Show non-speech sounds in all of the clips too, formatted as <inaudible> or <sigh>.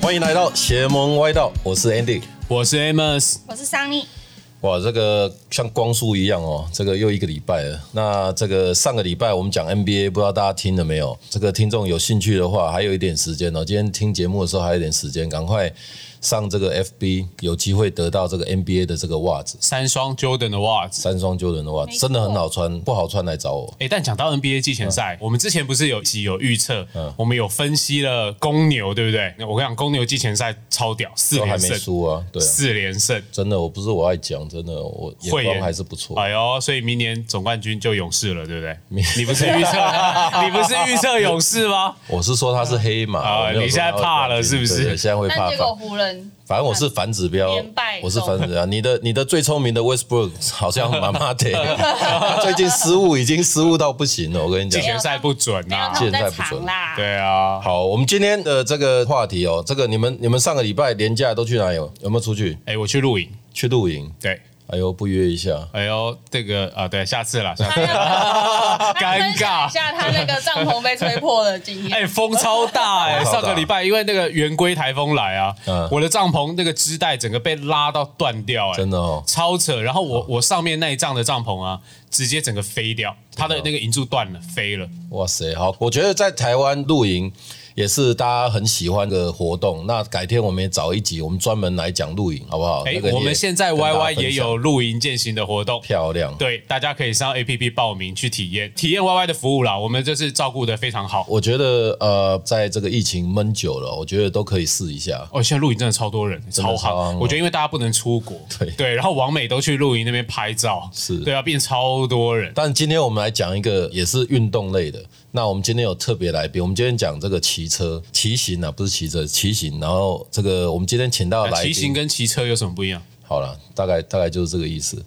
欢迎来到邪门歪道，我是 Andy。我是 Amos，我是桑尼，哇，这个像光速一样哦，这个又一个礼拜了。那这个上个礼拜我们讲 NBA，不知道大家听了没有？这个听众有兴趣的话，还有一点时间哦。今天听节目的时候还有一点时间，赶快上这个 FB，有机会得到这个 NBA 的这个袜子，三双 Jordan 的袜子。三双 Jordan 的袜子，没错真的很好穿，不好穿来找我。哎，但讲到 NBA 季前嗯赛，我们之前不是有一集有预测，我们有分析了公牛，对不对？那我跟你讲，公牛季前赛超屌，四都还连没胜，输啊，对啊，四连胜，真的，我不是我爱讲，真的，我眼慧眼光还是不错。哎呦，所以明年总冠军就勇士了，对不对？你不是预 <laughs> 测，你不是预测勇士吗？我是说他是黑马，啊我没有说你现在他会怕了冠军是不是对对现在会怕但结果反湖人反正我是反指标连败，我是反指标。你的你的最聪明的 Westbrook 好像妈妈得， <laughs> 最近失误已经失误到不行了。我跟你季讲，前赛不准没有呐他，现们在在不准藏 <laughs> 啦，对啊。好，我们今天的这个话题哦，这个你们你们上个礼拜连假都去哪里？哦有没有出去哎，我去露营，去露营？对，哎呦，不约一下，哎呦，这个啊，对，下次啦，下 <laughs> 次他要。他尴分享尬一。下他那个帐篷被吹破的经哎、验，风超大哎、风超大上个礼拜因为那个圆规台风来啊，嗯我的帐篷那个织带整个被拉到断掉哎、真的哦超扯。然后我我上面那一帐的帐篷啊，直接整个飞掉，它的那个银柱断了，飞了。哇塞，好，我觉得在台湾露营也是大家很喜欢的活动。那改天我们也找一集，我们专门来讲露营，好不好？哎、那个你也我们现在跟大家 YY 分也享有露营践行的活动。漂亮。对，大家可以上 APP 报名去体验，体验 YY 的服务啦。我们就是照顾的非常好。我觉得呃，在这个疫情闷久了，我觉得都可以试一下。哦，现在露营真的超多人，的超超夯夯。哦我觉得因为大家不能出国，对然后王美都去露营那边拍照，是对啊，变超多人。但今天我们来讲一个也是运动类的。那我们今天有特别来宾，我们今天讲这个骑车、骑行啊，不是骑车，骑行。然后这个我们今天请到的那来啊骑行宾，跟骑车有什么不一样？ <laughs> 好了，大概大概就是这个意思。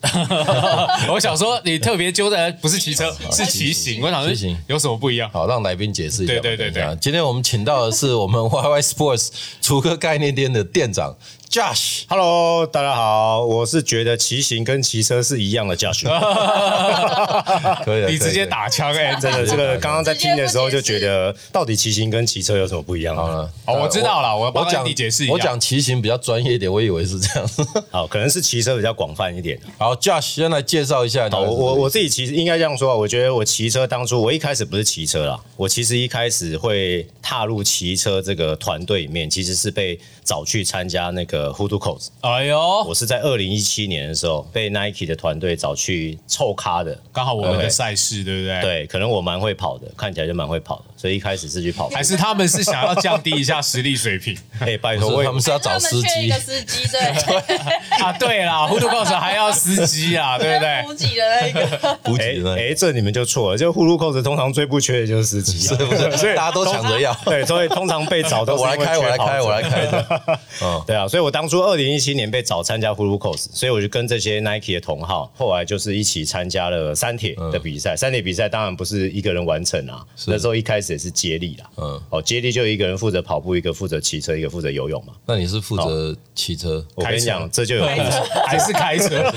我想说你特别纠正，不是骑车，是骑行。我想啊骑行说有什么不一样？好，让来宾解释一下吧。对对对等一下今天我们请到的是我们 YY Sports 楚科概念店的店长 Josh。 Hello，大家好，我是觉得骑行跟骑车是一样的 <laughs> 教学。可以了，你可以啊直接了。打枪哎！真的，这个刚刚在听的时候就觉得，到底骑行跟骑车有什么不一样？好了，哦，我知道了，我要我帮讲你解释一下。我讲骑行比较专业一点，我以为是这样。 <laughs> 好，可能是骑车比较广泛一点。好，Josh 先来介绍一下你的好，这个。我我我自己其实应该这样说啊，我觉得我骑车当初我一开始不是骑车啦，我其实一开始会踏入骑车这个团队里面，其实是被找去参加那个 h o o d o Coats。哎呦，我是在二零一七年的时候被 Nike 的团队找去凑咖的。刚好我们的 OK 赛事对不对？。对，可能我蛮会跑的，看起来就蛮会跑的，所以一开始是去跑步。还是他们是想要降低一下实力水 <laughs> 平 <laughs> 哎、拜不托，是我也他们是要找他们司缺一机个。司机， <laughs> 对，啊？对啦，糊涂告诉还要司机啊，对不补对？给的那个，补哎给的那哎、个，这你们就错了，就呼噜扣子通常最不缺的就是啊司机、是不是？大家都抢着要。对，所以通常被找到，我来开，我来开，我来。开的。 <laughs> <laughs> 哦对啊，所以我当初二零一七年被找参加呼噜扣子，所以我就跟这些 Nike 的同好，后来就是一起参加了三铁嗯的比赛。三铁比赛当然不是一个人完成啊，那时候一开始也是接力啦。嗯嗯，哦，接力就一个人负责跑步，一个负责骑车，一个负责游泳嘛。那你是负责骑车？我跟你开车讲，这就有故事。还是开车？ <laughs>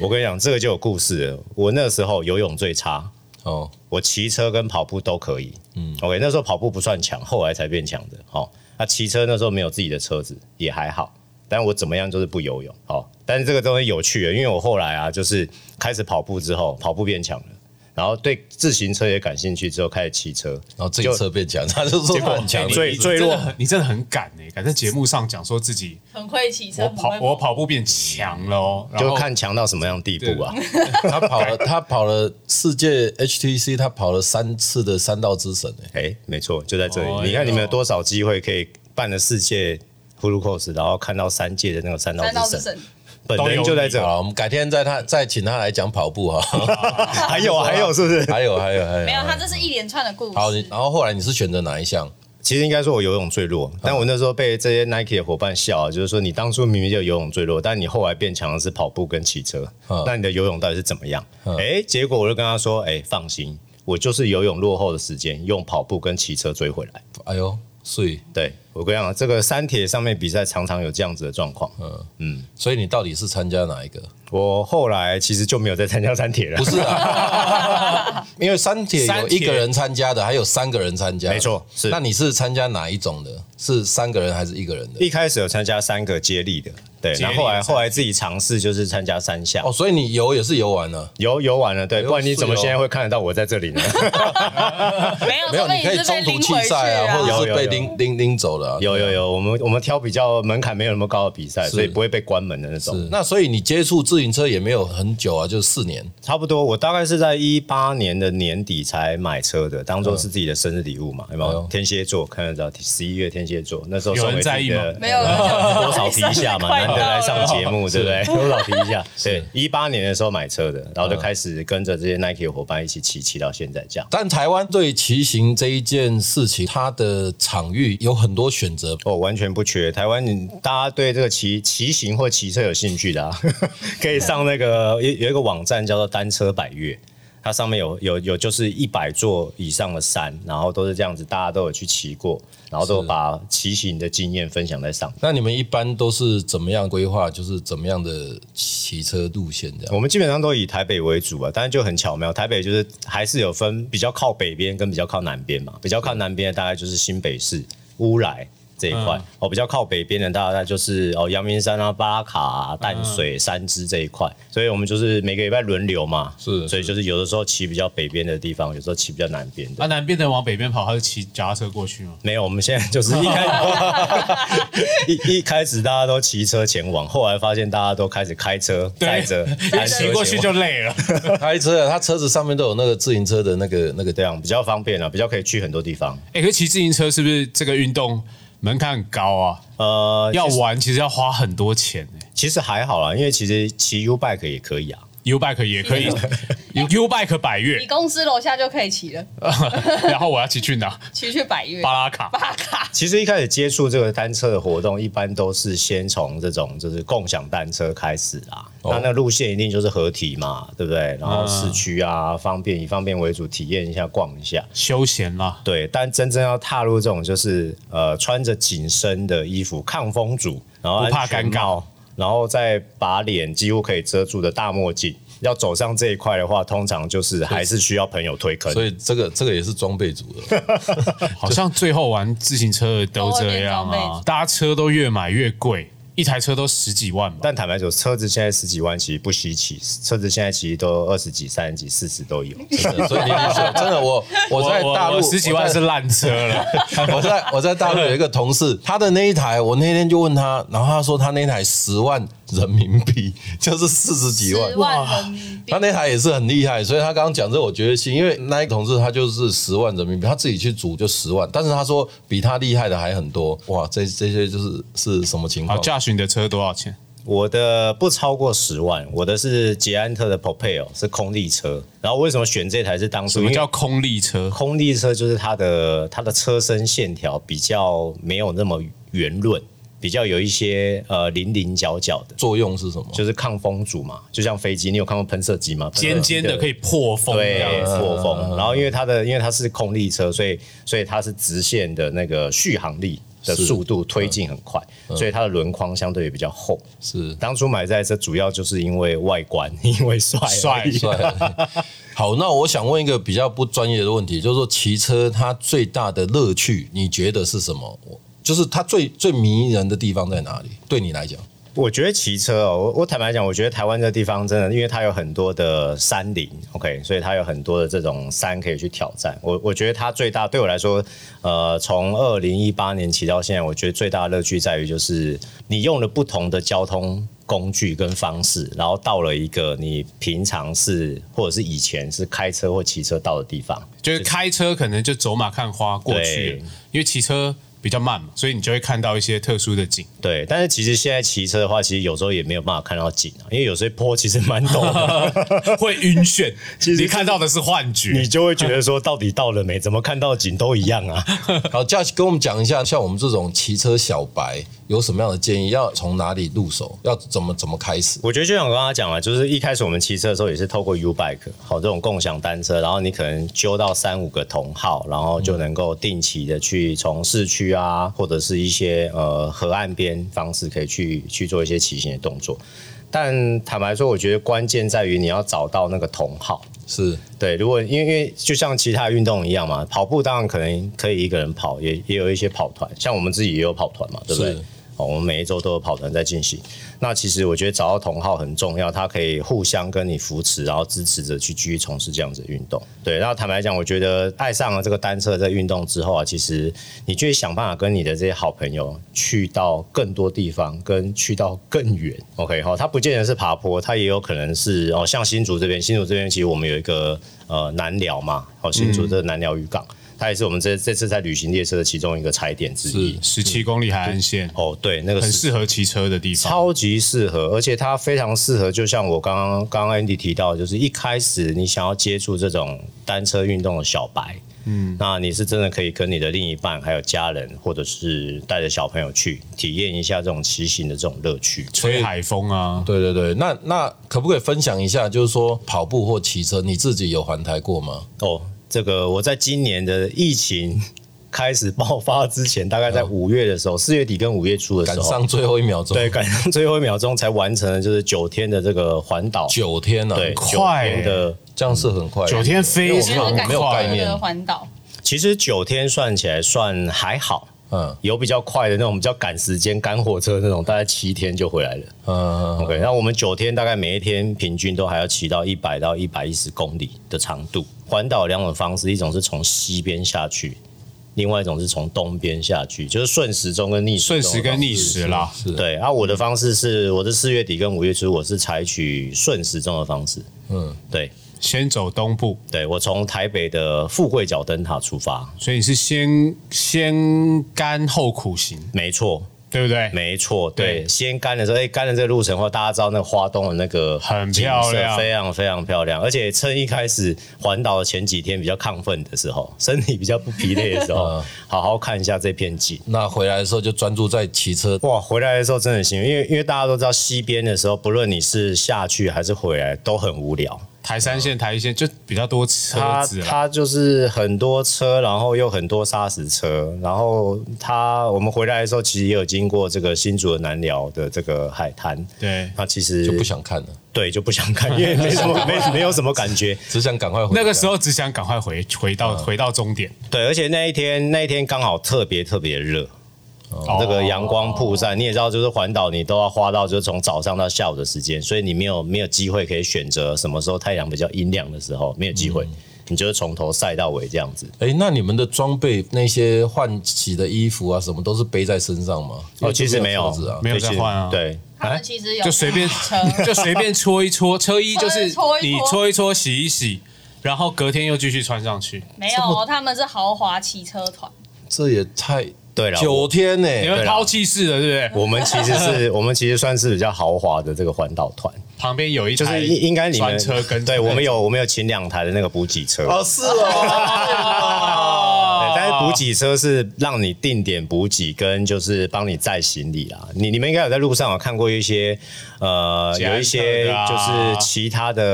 我跟你讲，这个就有故事了。我那时候游泳最差，哦，我骑车跟跑步都可以。嗯，OK，那时候跑步不算强，后来才变强的。好、那骑车那时候没有自己的车子，也还好。但我怎么样就是不游泳。好、但是这个东西有趣了，因为我后来啊，就是开始跑步之后，跑步变强了，然后对自行车也感兴趣，之后开始骑车。然后自己车变强，他就说很强哎的。你最你最真的弱很你真的很敢哎，敢在节目上讲说自己很会骑车，我很跑会我跑步变强了哦，然就后看强到什么样地步啊！ <laughs> 他跑了，他跑了世界 HTC，他跑了三次的三道之神哎。哎、没错，就在这里。哦你看你们哎有呦多少机会可以办了世界呼噜 cos，然后看到三届的那个三三道道之之神，神，本人就在这好。了，我们改天再他再请他来讲跑步哈。 <laughs> 还有啊，还有是不是？还有还有还有，没有，他这是一连串的故好，你事。然后后来你是选择哪一项？其实应该说我游泳最弱，嗯但我那时候被这些 Nike 的伙伴笑、啊，就是说你当初明明就游泳最弱，但你后来变强的是跑步跟骑车嗯，那你的游泳到底是怎么样？哎，结果我就跟他说，哎，放心，我就是游泳落后的时间，用跑步跟骑车追回来。哎呦，所以对我跟你讲，这个三铁上面比赛常常有这样子的状况。嗯所以你到底是参加哪一个？我后来其实就没有再参加三铁了不，是啊， <laughs> 因为三铁有一个人参加的，还有三个人参加。没错是那你是参加哪一种的？是三个人还是一个人的？一开始有参加三个接力的，对，接力然后后来参加后来自己尝试就是参加三项哦，，所以你游也是游完了，游游完了，对，哎呦不然你怎么是哦现在会看得到我在这里呢？没有，没有，除非你可以是被中途拎弃回去赛啊，或有者是有被有拎拎拎走了啊。有有有，我们我们挑比较门槛没有那么高的比赛，所以不会被关门的那种。是那所以你接触自行车也没有很久啊，就是四年。差不多，我大概是在一八年的年底才买车的，当做是自己的生日礼物嘛，有没哎有呦？天蝎座看得到，十一月天蝎座，那时候有人送给自己在意的吗没有人 <laughs> 多少提一 <laughs> 下嘛，快难到得了来上节目，对不 <laughs> 对？多少提一下。是对，一八年的时候买车的，然后就开始跟着这些 Nike 的伙伴一起骑，骑到现在这样。但台湾对骑行这一件事情，它的场域有很多选择，哦，完全不缺。台湾你大家对这个骑骑行或骑车有兴趣的、啊， <laughs> 可以上那个有有一个网站叫做单车百越，它上面有有有就是一百座以上的山，然后都是这样子，大家都有去骑过，然后都有把骑行的经验分享在上面。那你们一般都是怎么样规划？就是怎么样的骑车路线这样？我们基本上都以台北为主啊，但是就很巧妙，台北就是还是有分比较靠北边跟比较靠南边嘛。比较靠南边的大概就是新北市、乌来这一块，嗯哦，比较靠北边的大概就是哦阳明山啊、巴拉卡、啊、嗯淡水、三芝这一块。所以我们就是每个礼拜轮流嘛，是所以就是有的时候骑比较北边的地方，有时候骑比较南边的。啊，南边的人往北边跑，他就骑脚踏车过去吗？没有，我们现在就是一开 <laughs> 一一开始大家都骑车前往，后来发现大家都开始开车载着单车骑过去前往就累了。开车啊，它车子上面都有那个自行车的那个那个这样比较方便啊，比较可以去很多地方。 <laughs> 哎、可是骑自行车是不是这个运动门槛很高啊？呃，要其实玩其实要花很多钱哎、其实还好啦，因为其实骑 U bike 也可以啊。 U bike 也可以，U bike 百 <laughs> 你越，公司楼下就可以骑了，然后我要骑去哪？骑去百越。巴拉卡。巴卡，其实一开始接触这个单车的活动，一般都是先从这种就是共享单车开始啊。哦那那路线一定就是合体嘛，对不对？然后市区啊，方便以方便为主，体验一下，逛一下。休闲啦，对，但真正要踏入这种就是呃穿着紧身的衣服、抗风阻，然后不怕安全尴尬帽，然后再把脸几乎可以遮住的大墨镜，要走上这一块的话，通常就是还是需要朋友推坑。所以这个这个也是装备组 <laughs> 的，好像最后玩自行车的都这样都有点啊装，备大家车都越买越贵，一台车都十几万吧。但坦白说，车子现在十几万其实不稀奇，车子现在其实都二十几、三十几、四十都有。真的所以你你说真的， <laughs> 我我在大陆我十几万我是在烂车了， <laughs> 我在我在大陆有一个同 <laughs> 事，他的那一台，我那天就问他，然后他说他那台十万人民币，就是四十几万十。万人民币他，那台也是很厉害，所以他刚刚讲这，我觉得信，因为那一同事他就是十万人民币，他自己去组就十万，但是他说比他厉害的还很多，哇，这这些就是是什么情好况？ ，Josh 你的车多少钱？我的不超过十万，我的是捷安特的 Popeo，是空力车。然后为什么选这台是当初？什么因为叫空力车？空力车就是它的它的车身线条比较没有那么圆润，比较有一些呃棱棱角角的，作用是什么？就是抗风阻嘛，就像飞机，你有看过喷射机吗？尖尖的可以。以破风这对样，子。嗯破风。然后因为它的，因为它是空力车，所以所以它是直线的那个续航力的是速度推进很快，嗯所以它的轮框相对也比较厚。是当初买这台车主要就是因为外观， <laughs> 因为帅而帅已帅。 <laughs> 好，那我想问一个比较不专业的问题，就是说骑车它最大的乐趣，你觉得是什么？我就是它最最迷人的地方在哪里？对你来讲，我觉得骑车哦，我我坦白讲，我觉得台湾这地方真的，因为它有很多的山林，OK，所以它有很多的这种山可以去挑战。我我觉得它最大对我来说，呃，从二零一八年骑到现在，我觉得最大的乐趣在于就是你用了不同的交通工具跟方式，然后到了一个你平常是或者是以前是开车或骑车到的地方。就是开车可能就走马看花过去了对，因为骑车比较慢嘛，所以你就会看到一些特殊的 <laughs> 景。对，但是其实现在骑车的话，其实有时候也没有办法看到景啊，因为有些坡其实蛮陡的。会晕眩，其实你看到的是幻 <laughs> 你觉。就会觉得说，到底到了没？怎么看到景都一样啊？好，Josh 跟我们讲一下，像我们这种骑车小白有什么样的建议？要从哪里入手？要怎么怎么开始？我觉得就像我刚刚讲了，啊就是一开始我们骑车的时候也是透过 U Bike 好这种共享单车，然后你可能揪到三五个同好，然后就能够定期的去从市区啊，或者是一些呃河岸边方式可以去去做一些骑行的动作。但坦白说，我觉得关键在于你要找到那个同好。是对，如果因为因为就像其他运动一样嘛，跑步当然可能可以一个人跑，也也有一些跑团，像我们自己也有跑团嘛，对不对是？哦，我们每一周都有跑团在进行。那其实我觉得找到同好很重要，他可以互相跟你扶持，然后支持着去继续从事这样子的运动。对，那坦白讲，我觉得爱上了这个单车在运动之后啊，其实你就会想办法跟你的这些好朋友去到更多地方，跟去到更远。OK，哈、哦，它不见得是爬坡，它也有可能是哦，像新竹这边，新竹这边其实我们有一个呃南寮嘛，哦，新嗯竹这个南寮渔港。它也是我们这这次在旅行列车的其中一个踩点之一是。十七公里海岸线，哦，对，那个很嗯是适合骑车的地方。超级适合，而且它非常适合，就像我刚刚刚刚 Andy 提到，就是一开始你想要接触这种单车运动的小白，嗯，那你是真的可以跟你的另一半、还有家人，或者是带着小朋友去体验一下这种骑行的这种乐趣。吹海风啊，对对对，那那可不可以分享一下，就是说跑步或骑车，你自己有环台过吗？哦，这个我在今年的疫情开始爆发之前，大概在五月的时候，四月底跟五月初的嗯赶时候，上最后一秒钟，对，赶上最后一秒钟才完成了就是九天的这个环岛，九天啊，对，快九天的。这样是很快，九天非因为我常没有没有快概念环岛，其实九天算起来算还好，嗯，有比较快的那种，比较赶时间、赶火车那种，大概七天就回来了。嗯哦嗯，嗯 OK，那我们九天大概每一天平均都还要骑到一百到一百一十公里的长度。环岛有两种方式，一种是从西边下去，另外一种是从东边下去，就是顺时钟跟逆时顺钟的方式。时跟逆时啦。是，对啊，我的方式是，我的四月底跟五月初，我是采取顺时钟的方式。嗯，对，先走东部，对我从台北的富贵角灯塔出发，所以你是先先甘后苦行，没错，对不对？没错，对，对先干的时候，哎、干了这个路程后，大家知道那个花东的那个很景色漂亮非常非常漂亮。而且趁一开始环岛的前几天比较亢奋的时候， <laughs> 身体比较不疲累的 <laughs> 时嗯候，好好看一下这片景。那回来的时候就专注在骑车，哇，回来的时候真的很幸运，因为因为大家都知道西边的时候，不论你是下去还是回来，都很无聊。台山线、台一线就比较多车它子啊啦。它就是很多车，然后又很多砂石车，然后它我们回来的时候，其实也有经过这个新竹的南寮的这个海滩。对，那其实就不想看了，对，就不想看，因为没什么没没有什么感觉。只想赶快回家。那个时候只想赶快回回到嗯回到终点。对，而且那一天那一天刚好特别特别热，哦这个阳光曝晒，你也知道，就是环岛你都要花到就是从早上到下午的时间，所以你没有没有机会可以选择什么时候太阳比较阴凉的时候，没有机会，你就是从头晒到尾这样子。哎，那你们的装备那些换洗的衣服啊，什么都是背在身上吗？因哦，为其实都没有车子啊，没有对在其实换啊对，他哎们其实有就随便车， <laughs> 就随便搓一搓，车衣就是 <laughs> 搓一搓你搓一搓、洗一洗，然后隔天又继续穿上去。没有哦，他们是豪华骑车团，这也太对了，九天呢、你欸，们抛弃式的，对不对？哎我们其实是我们其实算是比较豪华的这个环岛团，旁边有一就台是应应该你专们车跟对我 <laughs> 们有我们有请两台的那个补给车哦是哦，对，但是补给给车是让你定点补给，跟就是帮你载行李啦。你你们应该有在路上有看过一些呃，捷安特的啊有一些就是其他的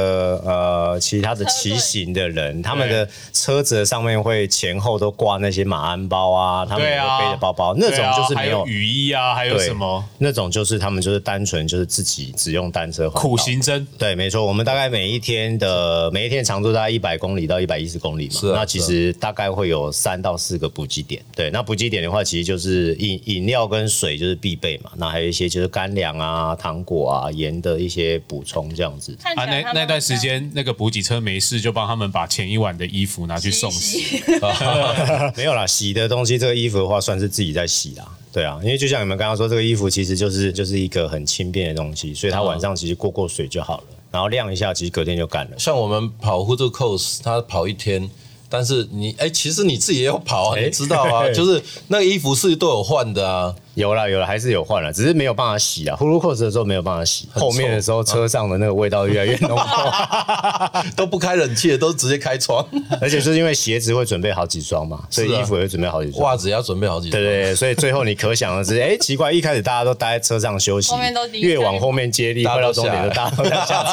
呃，其他的骑行的人，他们的车子上面会前后都挂那些马鞍包啊，他们对也啊会背着包包，那种就是还没有有。雨衣啊，还有对什么那种就是他们就是单纯就是自己只用单车环岛苦行僧，对，没错，我们大概每一天的每一天长度大概一百公里到一百一十公里嘛，是啊那其实大概会有三到四个补给点。对，那补给点的话，其实就是饮饮料跟水就是必备嘛，那还有一些就是干粮啊、糖果啊、盐的一些补充这样 <laughs> 子。看啊，起来那他们那段时很像间那个补给车没事，就帮他们把前一晚的衣服拿去送骑洗。一骑没有啦，洗的东西这个衣服的话，算是自己在洗啦。对啊，因为就像你们刚刚说，这个衣服其实就是就是一个很轻便的东西，所以它啊晚上其实过过水就好了，然后晾一下，其实隔天就干了。像我们跑 h o o d Coast，他跑一天。但是你哎、其实你自己也有跑啊，哎你知道 <laughs> 啊，就是那个衣服是都有换的啊，有啦有啦，还是有换了，只是没有办法洗啊。呼噜扣子的时候没有办法洗，臭后面的时候车上的那个味道越来越浓厚，嗯都不开冷气的，都直接开窗， <laughs> 而且就是因为鞋子会准备好几双嘛，所以是啊衣服也会准备好几双。袜子也要准备好几对双。对对，所以最后你可想而知，哎、奇怪，一开始大家都待在车上休息，后面都离开越往后面接力，大家快都到终点的大家都在下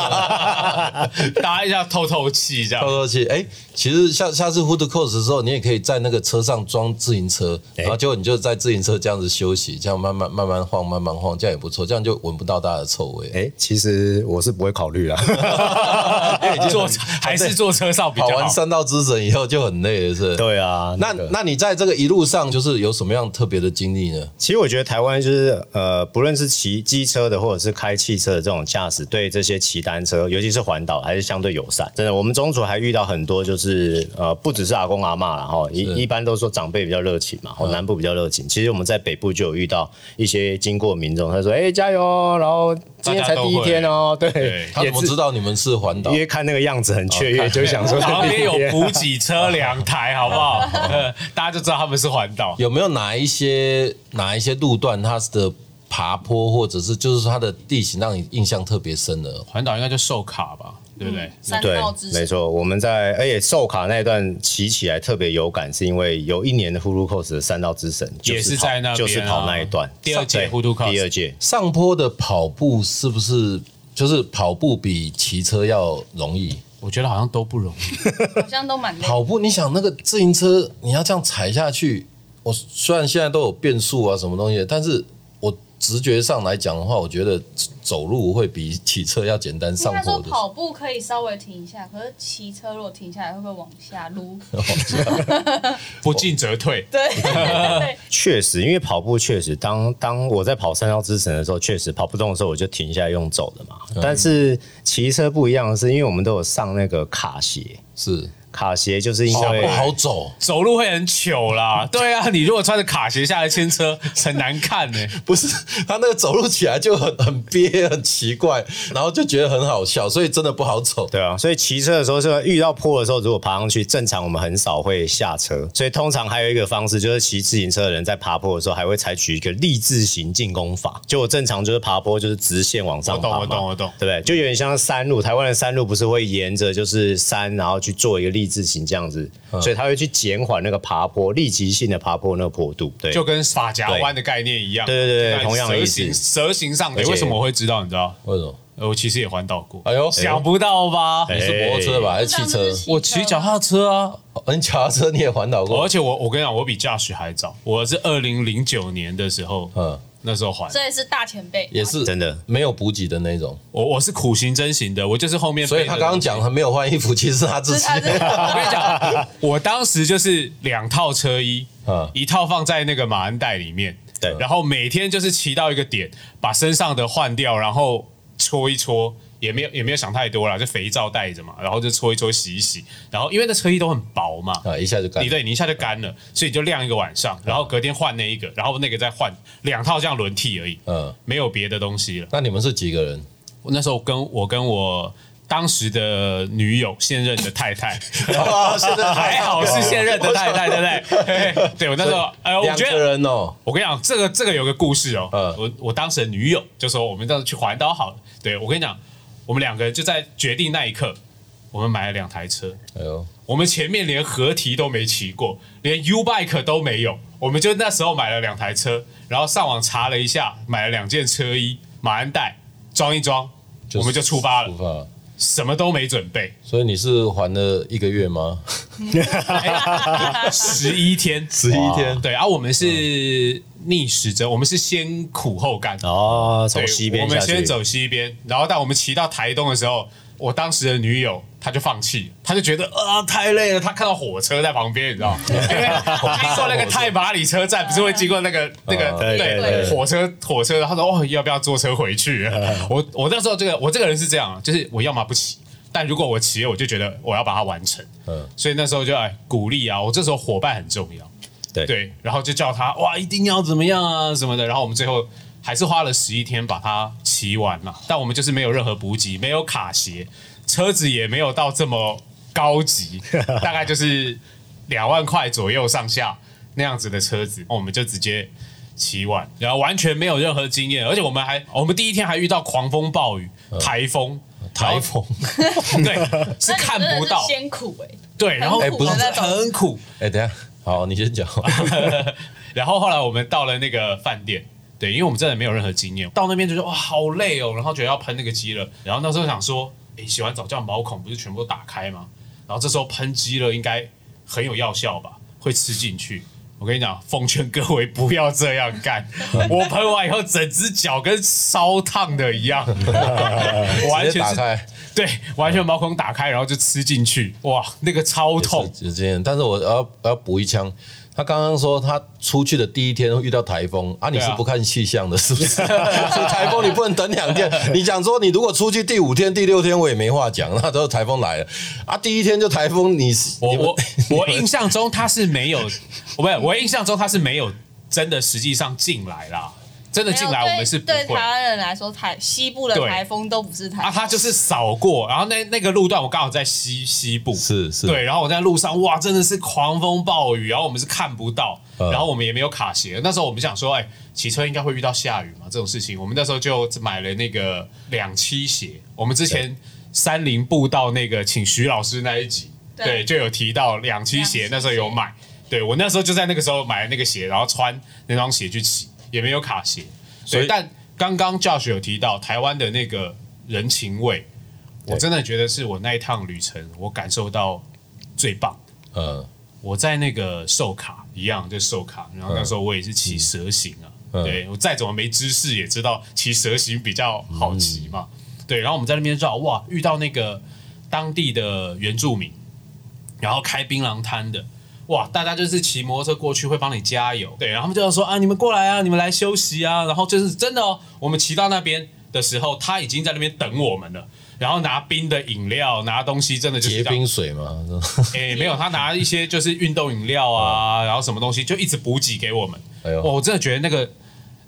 车。<laughs> <laughs> 搭一下透透气，这样透 <laughs> 透气。哎、其实下下次 Hood Coast 的时候，你也可以在那个车上装自行车，然后结果你就在自行车这样子休息，起，这样慢慢慢慢晃，慢慢晃，这样也不错，这样就闻不到大家的臭味。哎，其实我是不会考虑啦。 <laughs> 坐还是坐车上比较跑好完。山道之神以后就很累了，是？。对啊，那个那你在这个一路上就是有什么样特别的经历呢？其实我觉得台湾就是呃，不论是骑机车的或者是开汽车的这种驾驶，对这些骑单车，尤其是环岛，还是相对友善。真的，我们中途还遇到很多就是呃，不只是阿公阿嬷啦，哈，是一一般都说长辈比较热情嘛，哦，南部比较热情。其实我们在北部就有遇到一些经过民众，他说：“哎、加油哦！”然后今天才第一天哦，对，对他怎么 <laughs> 知是道你哦们是环岛因？为看那个样子很雀跃，就想说旁边有不。补给车两台，好不 <laughs> 好？呃大家就知道他们是环岛。有没有哪一些哪一些路段它的爬坡或者是就是它的地形让你印象特别深的？环岛应该就寿卡吧，对不对？三对道之，没错，我们在而且寿卡那一段骑起来特别有感，是因为有一年的 Hulu Coast 的三道之神就也是是跑在那边啊就是跑那一段第二届对 Hulu Coast 第二届上坡的跑步是不是就是跑步比骑车要容易？我觉得好像都不容易。好像都蛮累。跑步，你想那个自行车，你要这样踩下去，我虽然现在都有变速啊什么东西的，但是我直觉上来讲的话，我觉得走路会比骑车要简单应上该坡说的。跑步可以稍微停一下，可是骑车如果停下来，会不会往下撸？不进则退，对，对确实，因为跑步确实，当当我在跑三道之神的时候，确实跑不动的时候，我就停下来用走的嘛。嗯但是骑车不一样的是，因为我们都有上那个卡鞋，是卡鞋就是因好为哦不好走？走路会很糗 <laughs> 啦。对啊，你如果穿着卡鞋下来牵车，很难看呢、不是，他那个走路起来就很很憋，很奇怪，然后就觉得很好笑，所以真的不好走。对啊，所以骑车的时候是遇到坡的时候，如果爬上去，正常我们很少会下车，所以通常还有一个方式就是骑自行车的人在爬坡的时候，还会采取一个立字形进攻法。就我正常就是爬坡就是直线往上我 <laughs> 懂爬嘛我懂我懂对不对？就有点像山路，台湾的山路不是会沿着就是山，然后去做一个立字形这样子，嗯所以它会去减缓那个爬坡立即性的爬坡那个坡度。对，就跟发夹弯的概念一样。对对对对就在同样的蛇意思形蛇形上的。哎而且为什么我会知道？你知道？为什么？呃，我其实也环岛过。哎呦，想不到吧？哎你是摩托车吧，还是汽车？我骑脚踏车啊，哦你脚踏车你也环岛我过而？且我我跟你讲，我比驾驶还早，我是二零零九年的时候，嗯，那时候环，这也是大前辈，也是真的没有补给的那种。我我是苦行真行的，我就是后面所以背他着刚刚东西讲他没有换衣服，其实是他自是己。他是我跟你讲，我当时就是两套车衣，嗯一套放在那个马鞍袋里面，对然后每天就是骑到一个点，把身上的换掉，然后搓一搓。也没有也没有想太多啦，就肥皂带着嘛，然后就搓一搓洗一洗，然后因为那车衣都很薄嘛， <laughs> 啊，一下就干你。对你一下就干了，所以你就晾一个晚上，然后隔天换那一个，然后那个再换两套这样轮替而已，嗯，没有别的东西了。那你们是几个人？我那时候跟我跟我当时的女友现任的 <laughs> 太太，哇哦现任太太还好是现任的太太，对不对？对我那时候，哎，我两觉个得。人哦。我跟你讲，这个这个有个故事哦。嗯我我当时的女友就说，我们这样去环岛好了。对我跟你讲，我们两个就在决定那一刻，我们买了两台车，哎呦，我们前面连合体都没骑过，连 U Bike 都没有，我们就那时候买了两台车，然后上网查了一下，买了两件车衣、马鞍带，装一装，就是我们就出发出了，发了。什么都没准 <laughs> 备，所以你是还了一个月吗？ <laughs> 十一天，十一天。嗯对，啊，我们是逆时针，我们是先苦后甘，哦，对从西边我下们去先。走西边，然后但我们骑到台东的时候，我当时的女友她就放弃了，她就觉得啊太累了，她看到火车在旁边，你知 <laughs> 道吗？因为听说那个太马里车站不是会经过那个那个嗯哦对对对嗯火车火车，她说哦要不要坐车回去？我我那时候这个我这个人是这样，啊就是我要么不骑。但如果我骑了，我就觉得我要把它完成，嗯所以那时候就哎鼓励啊，我这时候伙伴很重要，对对，然后就叫他哇，一定要怎么样啊什么的。然后我们最后还是花了十一天把它骑完了，但我们就是没有任何补给，没有卡鞋，车子也没有到这么 <laughs> 高级，大概就是两万块左右上下那样子的车子，我们就直接。骑完，然后完全没有任何经验，而且我们还，我们第一天还遇到狂风暴雨、台风、哦台，风，对，是看 <laughs> 那你不真的到是，先苦哎，对，然后很苦的那种很苦，哎，等一下，好，你 <laughs> 先讲。然后后来我们到了那个饭店，对，因为我们真的没有任何经验，到那边就说哇好累哦，然后觉得要喷那个鸡了，然后那时候想说，诶，洗完澡这样毛孔不是全部都打开吗？然后这时候喷鸡了应该很有药效吧，会吃进去。我跟你讲，奉劝各位不要这样干。我喷完以后，整只脚跟烧烫的一样，完直接全打是开。对，完全毛孔打开，然后就吃进去，哇，那个超痛。有经验，但是我要我要补一枪。他刚刚说他出去的第一天遇到台风啊，你对啊是不看气象的，是 <laughs> 不是？所以台风你不能等两天。你讲说你如果出去第五天、第六天，我也没话讲，那都是台风来了啊。第一天就台风，你是我 <laughs> 你们我我印象中他是没有，我不是，我印象中他是没有真的实际上进来啦，真的进来没有我们是不对对会台。湾人来说，台西部的对台风都不是台风。啊，他就是扫过，然后那那个路段我刚好在西西部，是是对，然后我在路上，哇，真的是狂风暴雨，然后我们是看不到，嗯然后我们也没有卡鞋。那时候我们想说，哎，骑车应该会遇到下雨嘛，这种事情，我们那时候就买了那个两栖鞋。我们之前山林步道那个请徐老师那一集，对对，就有提到两栖鞋两栖鞋，那时候有买。对我那时候就在那个时候买了那个鞋，然后穿那双鞋去骑，也没有卡鞋。所以对，但刚刚 Josh 有提到台湾的那个人情味，我真的觉得是我那一趟旅程我感受到最棒。嗯我在那个售卡一样，就售卡，然后那时候我也是骑蛇形啊，嗯对我再怎么没知识也知道骑蛇形比较好骑嘛，嗯对，然后我们在那边绕，哇，遇到那个当地的原住民，然后开槟榔摊的。哇！大家就是骑摩托车过去，会帮你加油，对，然后他们就要说啊，你们过来啊，你们来休息啊，然后就是真的哦，我们骑到那边的时候，他已经在那边等我们了，然后拿冰的饮料，拿东西，真的就是结这样冰水嘛， <laughs> 诶、哎没有，他拿一些就是运动饮料啊，然后什么东西就一直补给给我们。哦哎呦哇我真的觉得那个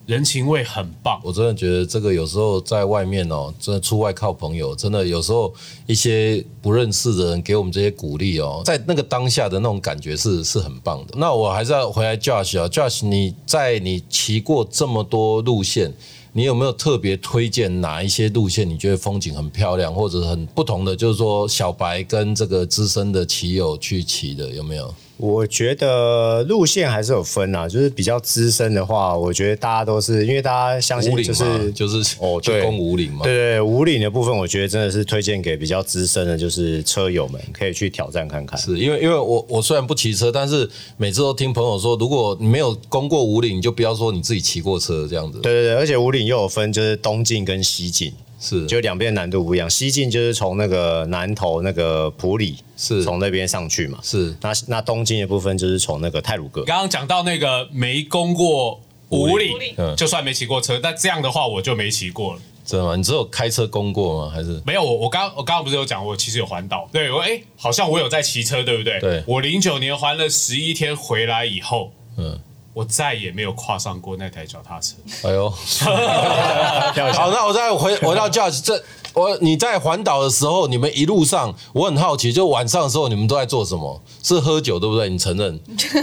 人情味很棒。我真的觉得这个有时候在外面哦，真的出外靠朋友，真的有时候一些不认识的人给我们这些鼓励哦，在那个当下的那种感觉是是很棒的。那我还是要回来 Josh 啊，Josh，你在你骑过这么多路线。你有没有特别推荐哪一些路线？你觉得风景很漂亮，或者很不同的，就是说小白跟这个资深的骑友去骑的，有没有？我觉得路线还是有分啊，就是比较资深的话，我觉得大家都是因为大家相信五岭就嘛，是就是哦去对攻五岭嘛，对对，五岭的部分，我觉得真的是推荐给比较资深的，就是车友们可以去挑战看看。是因为因为我我虽然不骑车，但是每次都听朋友说，如果你没有攻过五岭，你就不要说你自己骑过车这样子。对，对对，而且五岭又有分，就是东进跟西进，是就两边难度不一样。西进就是从那个南投那个普里，是从那边上去嘛。是那那东进的部分就是从那个泰鲁阁。刚刚讲到那个没攻过五五里里，嗯就算没骑过车，那这样的话我就没骑过了。真的吗？你只有开车攻过吗？还是没有，我我刚我刚刚不是有讲，我其实有环岛，对我哎，好像我有在骑车，对不对？对我零九年环了十一天回来以后，嗯，我再也没有跨上过那台脚 <laughs> 踏车。哎呦，好，那我再回回到 Judge 这。我你在环岛的时候，你们一路上，我很好奇，就晚上的时候你们都在做什么？是喝酒对不对？你承认？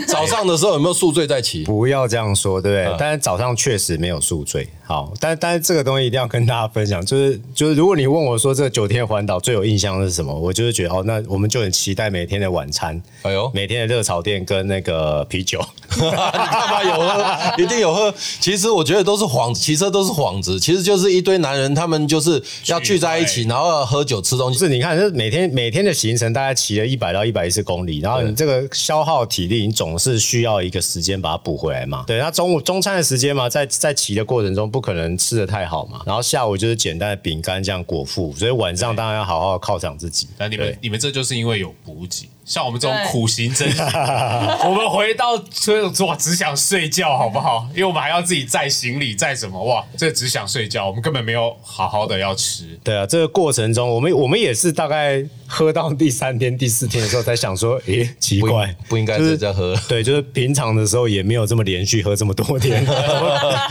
早上的时候有没有宿醉在骑？不要这样说，对不对？但是早上确实没有宿醉。好，但但是这个东西一定要跟大家分享，就是就是，如果你问我说这九天环岛最有印象是什么，我就是觉得哦，那我们就很期待每天的晚餐，哎呦，每天的热炒店跟那个啤酒。你干嘛有喝？一定有喝。其实我觉得都是幌，骑车都是幌子，其实就是一堆男人，他们就是要聚在一起，聚然后喝酒吃东不西。是，你看，就是每天每天的行程大概骑了一百到一百一十公里，然后你这个消耗体力，你总是需要一个时间把它补回来嘛。对，那中午中餐的时间嘛，在在骑的过程中不可能吃的太好嘛，然后下午就是简单的饼干这样果腹，所以晚上当然要好好犒赏自己。那你们对你们这就是因为有补给，像我们这种对苦行 <laughs> 僧，我们回到车哇，只想睡觉，好不好？因为我们还要自己载行李，载什么哇，这只想睡觉，我们根本没有好好的要吃。对啊，这个过程中，我们我们也是大概喝到第三天、第四天的时候，才想说，诶，奇不怪应，不应该就是在家喝对，就是平常的时候也没有这么连续喝这么多 <laughs> 天，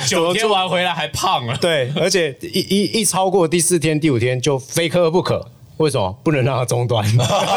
九天完回来还胖了，对，而且一一一超过第四天、第五天就非喝不可。为什么不能让它中 <laughs> 断？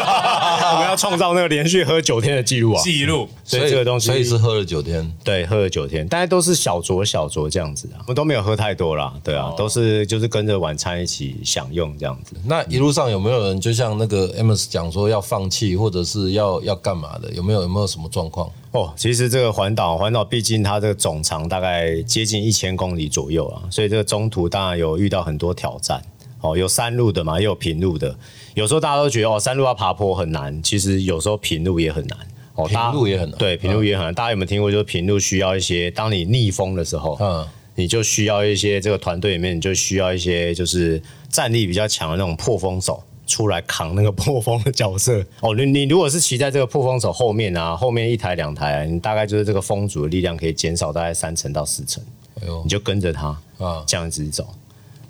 我们要创造那个连续喝九天的记录啊！记录。所以这个东西，所以是喝了九天。对喝了九天，大家都是小酌小酌这样子啊，我们都没有喝太多啦，对啊，哦都是就是跟着晚餐一起享用这样子。那一路上有没有人就像那个 Amos 讲说要放弃，或者是要要干嘛的？有没有有没有什么状况？哦，其实这个环岛，环岛毕竟它这个总长大概接近一千公里左右啊，所以这个中途当然有遇到很多挑战。哦，有山路的嘛，也有平路的。有时候大家都觉得哦，山路要爬坡很难，其实有时候平路也很难。哦平路也很难嗯对，平路也很难。大家有没有听过？就是平路需要一些，当你逆风的时候，嗯，你就需要一些这个团队里面，你就需要一些就是战力比较强的那种破风手出来扛那个破风的角色。 <laughs> 哦，你你如果是骑在这个破风手后面啊，后面一台两台、啊，你大概就是这个风阻的力量可以减少大概三成到四成，哎呦你，就跟着他哦啊，这样子走。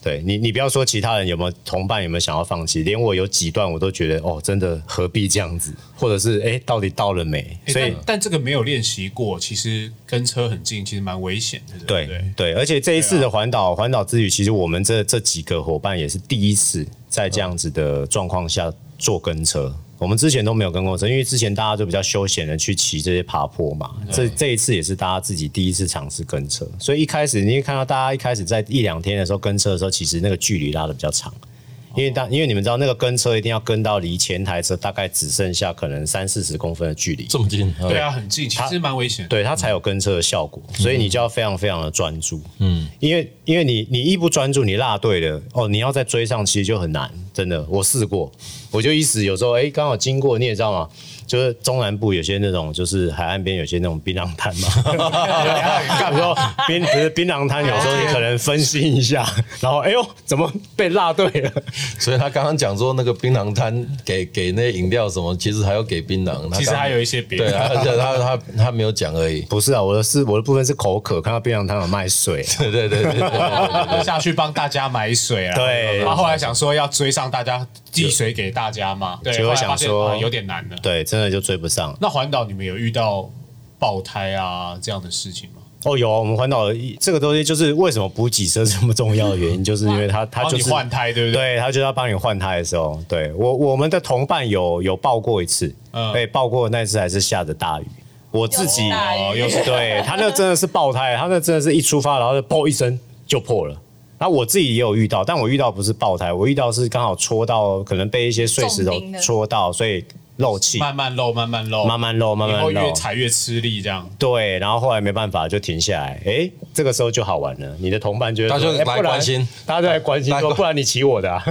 对你，你不要说其他人有没有同伴有没有想要放弃，连我有几段我都觉得哦，真的何必这样子，或者是哎、到底到了没？诶所以但但这个没有练习过，其实跟车很近，其实蛮危险的。对不对，对，啊而且这一次的环岛环岛之旅，其实我们这这几个伙伴也是第一次在这样子的状况下坐跟车。我们之前都没有跟过车，因为之前大家就比较休闲的去骑这些爬坡嘛。这这一次也是大家自己第一次尝试跟车，所以一开始你会看到大家一开始在一两天的时候跟车的时候，其实那个距离拉的比较长。因为当因为你们知道那个跟车一定要跟到离前台车大概只剩下可能三四十公分的距离，这么近，对对，啊，很近，其他实蛮危险的。对它才有跟车的效果，所以你就要非常非常的专注，嗯，因为因为你你一不专注，你落队了哦，你要再追上其实就很难，真的，我试过，我就一时有时候哎刚好经过，你也知道嘛，就是中南部有些那种就是海岸边有些那种槟榔摊嘛，干说槟不是槟榔摊，有时候你可能分心一下，然后哎呦怎么被落队了？所以他刚刚讲说那个槟榔摊给给那饮料什么，其实还要给槟榔，他其实刚还有一些别对，啊的，而且他他他没有讲而已，不是啊，我的是我的部分是口渴，看到槟榔摊有卖水，对对对对 <laughs> 对，下去帮大家买水啊。对然后后来想说要追上大家，递水给大家嘛。对，结果后来发想现说啊有点难了。对，真的就追不上。那环岛你们有遇到爆胎啊这样的事情吗？哦，有啊，我们环岛一这个东西就是为什么补给车这么重要的 <laughs> 原因，就是因为它它帮就你是换胎，对不对？对，他就要帮你换胎的时候，对我我们的同伴有有报过一次，嗯对，报过那次还是下着大雨，我自己又是大雨哦又是对他那真的是爆胎，他那真的是一出发然后就砰一声就破了。然后我自己也有遇到，但我遇到不是爆胎，我遇到是刚好戳到，可能被一些碎石头重钉的戳到，所以漏气，慢慢漏，慢慢漏，慢慢漏，慢以慢后越漏，踩越吃力，这 <laughs> 样。对，然后后来没办法就停下来，哎，这个时候就好玩了，你的同伴就会他就说诶来不然关心大家就来关心来说，关不然你骑我的、啊，